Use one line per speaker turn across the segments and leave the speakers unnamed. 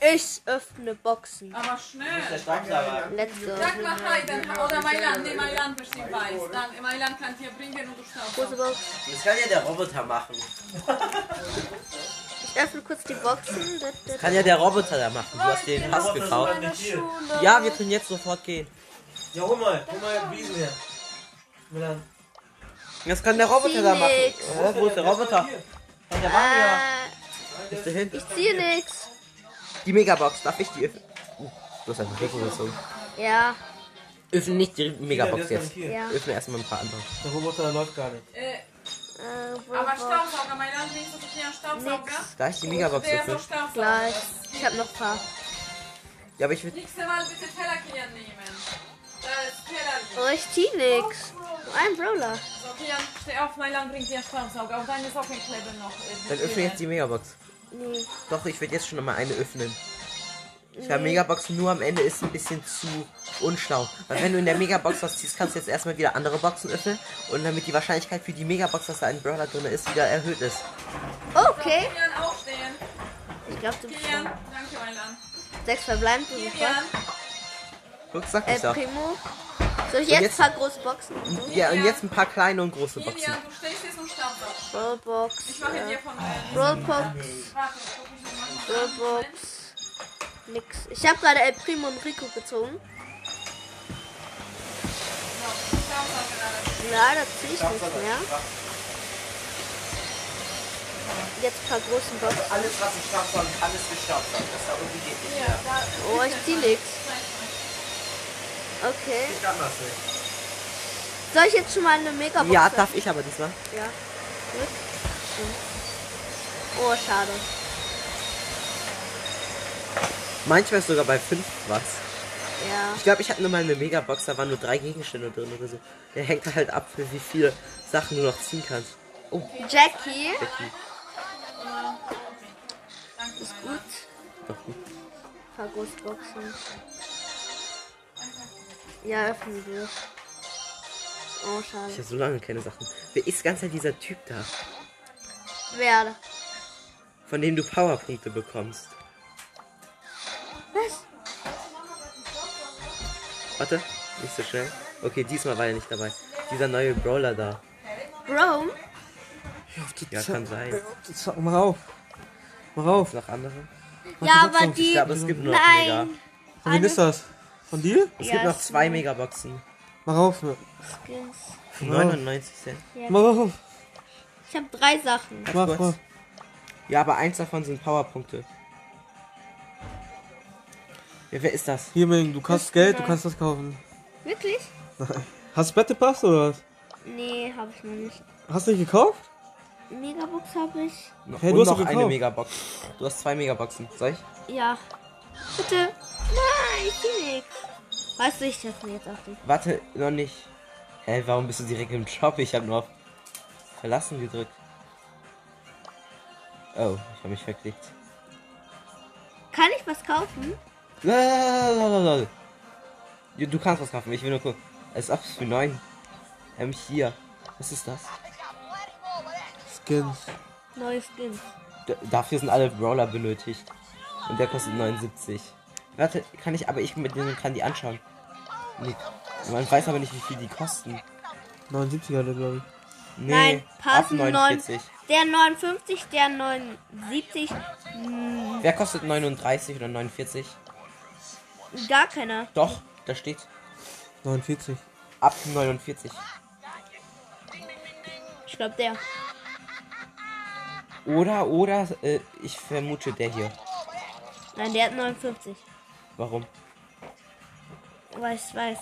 Ich öffne Boxen.
Aber
Ist der
schnell.
Staubsauger?
Letzte.
Sag mal hi, dann, oder Mailand. Nee, Mailand bestimmt weiß. Dann Mailand kann dir bringen und du
Große
staubst.
Box.
Das kann ja der Roboter machen.
Ich öffne kurz die Boxen. Da, da, da.
Kann ja der Roboter da machen. Du hast dir den Pass
Roboter
gekauft.
sind nicht hier.
Ja, wir können jetzt sofort gehen.
Ja, hol mal, hol mal Wiesen her. Milan.
Das kann der Roboter da machen.
Phoenix.
Oh, wo ist der Roboter? Ah. Und der war ja.
Äh,
Ist der hinten?
ich ziehe nix.
Die Megabox, darf ich die öffnen? Uh, du hast einen Rico gezogen.
Ja,
Öffne nicht die Megabox
Der
jetzt.
ist gar nicht hier.
ja.
Öffne erstmal ein paar andere.
Der Roboter läuft gar nicht.
Äh,
Äh, wo
aber
war-
Staubsauger, Mailand, denkst du, du hast Staubsauger?
Nix.
Da ich die Megabox
Der ist
öffne.
doch Staubsauger.
Gleich. Ich hab noch ein paar.
Ja, aber ich will.
Nächste Mal bitte Teller nehmen. Da ist Teller.
Oh, ich zieh nix. Nur Ein Brawler.
So, Kian, steh auf, Mailand bringt dir Staubsauger. Auf deine Socken kleben noch. äh,
Dann öffne jetzt die Megabox.
Nee.
Doch, ich will jetzt schon mal eine öffnen. Ich habe Megabox nur am Ende ist ein bisschen zu unschlau. Weil wenn du in der Megabox was ziehst, kannst du jetzt erstmal wieder andere Boxen öffnen. Und damit die Wahrscheinlichkeit für die Megabox, dass da ein Brawler drin ist, wieder erhöht ist.
Okay.
Kilian, aufstehen.
Ich glaube, du bist
Kilian,
dran.
danke, Mailand.
Sechs verbleibende
Kilian,
sofort.
Guck, sag
Äh,
ich doch.
Primo. Soll ich
Und
jetzt ein
jetzt-
paar große Boxen?
Ja, und jetzt ein paar kleine und große Boxen.
Kilian, du stehst jetzt im Staubsauger. Ich
Rollbox.
mache
Äh,
dir von äh,
Rollbox.
Warte, ich guck mich mal an.
Rollbox. Nix. Ich habe gerade El Primo und Rico gezogen.
So, Staubsauger, alles.
Na, da zieh ich nicht mehr. Jetzt ein paar großen Boxen.
Alles, was ich staubsaugen kann, ist gestaubsaugt. Das da irgendwie geht nicht.
Hier, da ist
Oh, ich zieh nix. Okay.
Nicht anders, ey.
Soll ich jetzt schon mal eine Megabox?
Ja,
öffnen?
darf ich aber diesmal.
Ja. Glück. Oh, schade.
Manchmal ist sogar bei 5 was.
Ja.
Ich glaube, ich hatte nur mal eine Megabox, da waren nur drei Gegenstände drin oder so. Der hängt halt ab, für wie viele Sachen du noch ziehen kannst. Oh,
Jackie. Ist gut.
doch gut.
Ein paar Großboxen. Ja, öffnen wir. Oh,
Ich
schade.
habe so lange keine Sachen. Wer ist ganz halt dieser Typ da,
Wer?
von dem du Powerpunkte bekommst?
Was?
Warte, nicht so schnell. Okay, diesmal war er nicht dabei. Dieser neue Brawler da.
Bro?
Ja, kann sein.
Zocken, mach auf. Mach
Ist
auf.
Noch andere?
Ja, aber
Ich
die.
glaube, es gibt nur noch Mega.
Nein.
Von wem ist das? Von dir?
Es
Ja,
gibt noch
es-
zwei Megaboxen.
Mach auf. ne?
Skins.
Für 99 Cent.
Mach auf.
Ich habe drei Sachen.
Mach,
kurz.
mach.
Ja, aber eins davon sind Powerpunkte. Ja, wer ist das?
Hier, Ming, du kannst Geld, du kannst das kaufen.
Wirklich?
Hast du Bettepass oder was?
Nee, habe ich noch nicht.
Hast du nicht gekauft?
Megabox habe ich.
Noch,
Hey, du
und
hast
noch
doch
eine
gekauft.
Megabox. Du hast zwei Megaboxen. Soll ich?
Ja. Bitte. Nein, ich will nichts. Weißt du, ich öffne jetzt auch die.
Warte, noch nicht. Hä, warum bist du direkt im Shop? Ich habe nur auf Verlassen gedrückt. Oh, ich habe mich verklickt.
Kann ich was kaufen?
Lalalala. Ja, Du kannst was kaufen, ich will nur gucken. Als ob es für 9. Ähm, hier. Was ist das?
Skins.
Neue Skins.
D dafür sind alle Brawler benötigt. Und der kostet 79. Warte, kann ich, aber ich mit denen kann die anschauen. Nee. Man weiß aber nicht, wie viel die kosten.
79er, glaube ich.
Nee,
Nein,
ab
passen
49.
49. Der 59, der 79.
Wer kostet 39 oder 49?
Gar keiner.
Doch, da steht
49.
ab 49.
Ich glaube, der.
Oder, oder, äh, ich vermute der hier.
Nein, der hat 59.
Warum?
Weiß, weiß.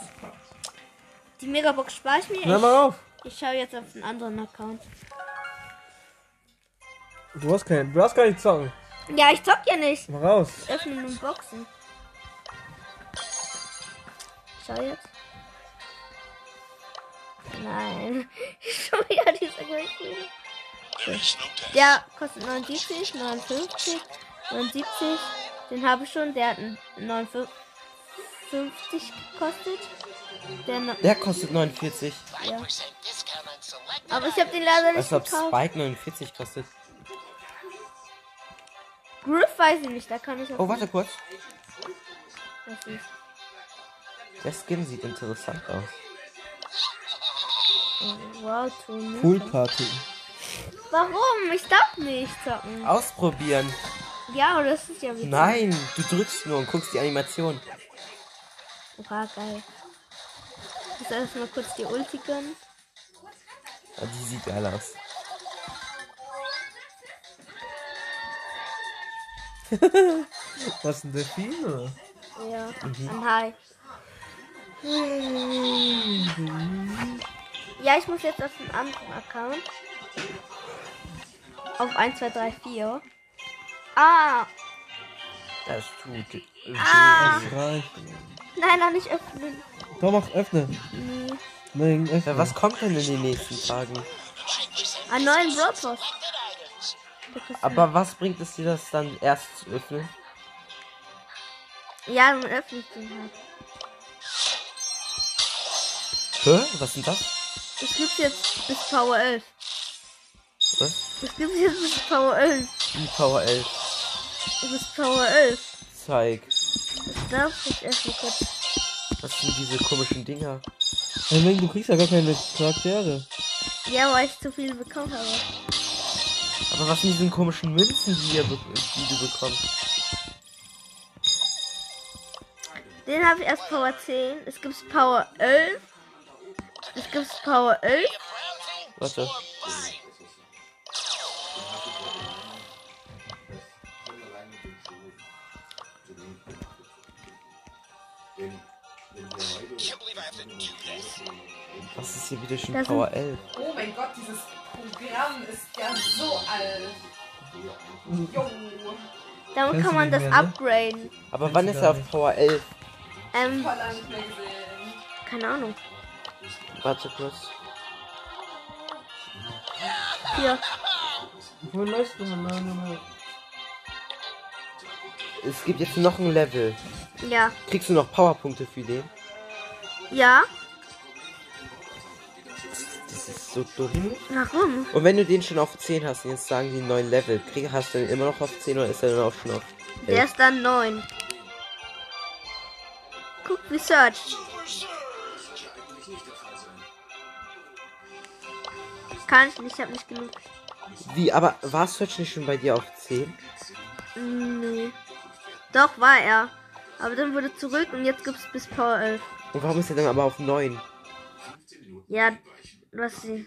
Die Megabox spare ich
Na, mach
mir.
auf.
Ich, ich schaue jetzt auf einen anderen Account.
Du hast keinen. Du darfst gar nicht zocken.
Ja, ich zock ja nicht.
Mach raus.
Öffnen und Boxen. Schau jetzt. Nein. Schon wieder diese Gerätschule. Der kostet 79, 59, 79. Den habe ich schon. Der hat 59 gekostet. Der no
Der kostet 49.
ja. Aber ich habe den leider nicht
Als ob
gekauft.
Spike 49 kostet.
Griff weiß ich nicht, da kann ich auch
Oh, warte kurz.
weiß nicht.
Der Skin sieht interessant aus.
Oh, Wow, Tony.
Pool Party.
Warum? Ich darf nicht zocken.
Ausprobieren.
Ja, aber das ist ja wieder.
Nein, du drückst nur und guckst die Animation.
Oha, geil. Ich muss erstmal kurz die Ulti gönnen.
Ah, die sieht geil aus.
Was ist ein Delfin, oder?
Ja, ein Hai. Ja, ich muss jetzt auf den anderen Account. Auf 1, 2, 3, 4. Ah,
Das tut.
ah.
Streich.
Nein, noch nicht öffnen.
Komm, mach, öffne. Nein, öffne.
Ja, was kommt denn in den nächsten Tagen?
Einen neuen Brotpost.
Aber was bringt es dir, das dann erst zu öffnen?
Ja, dann öffne ich den halt.
Hä? Was ist denn das?
Ich gib's jetzt bis Power 11.
Was?
Ich gib's jetzt bis Power 11.
Die Power 11.
Bis Power 11.
Zeig.
Ich darf nicht öffnen kurz.
Was sind diese komischen Dinger?
Hey, Ming, du kriegst ja gar keine Charaktere.
Ja, weil ich zu viel bekommen habe.
Aber was sind diese komischen Münzen, die, ihr be die du bekommst?
Den habe ich erst Power 10. Es gibt's Power 11. Es gibt's Power 11.
Warte. Was ist hier wieder schon
Das sind-
Power 11?
Oh mein Gott, dieses Programm ist ja so alt. Jo.
Damit
Kennst
kann
du
man
den
das
mehr, ne?
upgraden.
Aber wann ist er auf Power 11?
Ähm,
Voll lang nicht mehr gesehen.
keine Ahnung.
Warte kurz.
Hier.
Wo läuft denn alleine?
Es gibt jetzt noch ein Level.
Ja.
Kriegst du noch Powerpunkte für den?
Ja?
Das ist so dumm.
Warum?
Und wenn du den schon auf 10 hast, und jetzt sagen die einen neuen Level, krieg, hast du den immer noch auf 10 oder ist er dann auch schon auf 11?
Der ist dann 9. Guck, Research. Kann ich nicht, ich hab nicht genug.
Wie, aber war Search nicht schon bei dir auf 10?
Nee. Doch, war er. Aber dann wurde zurück und jetzt gibt's bis Power 11.
Und warum ist er dann aber auf 9?
Ja, was sie.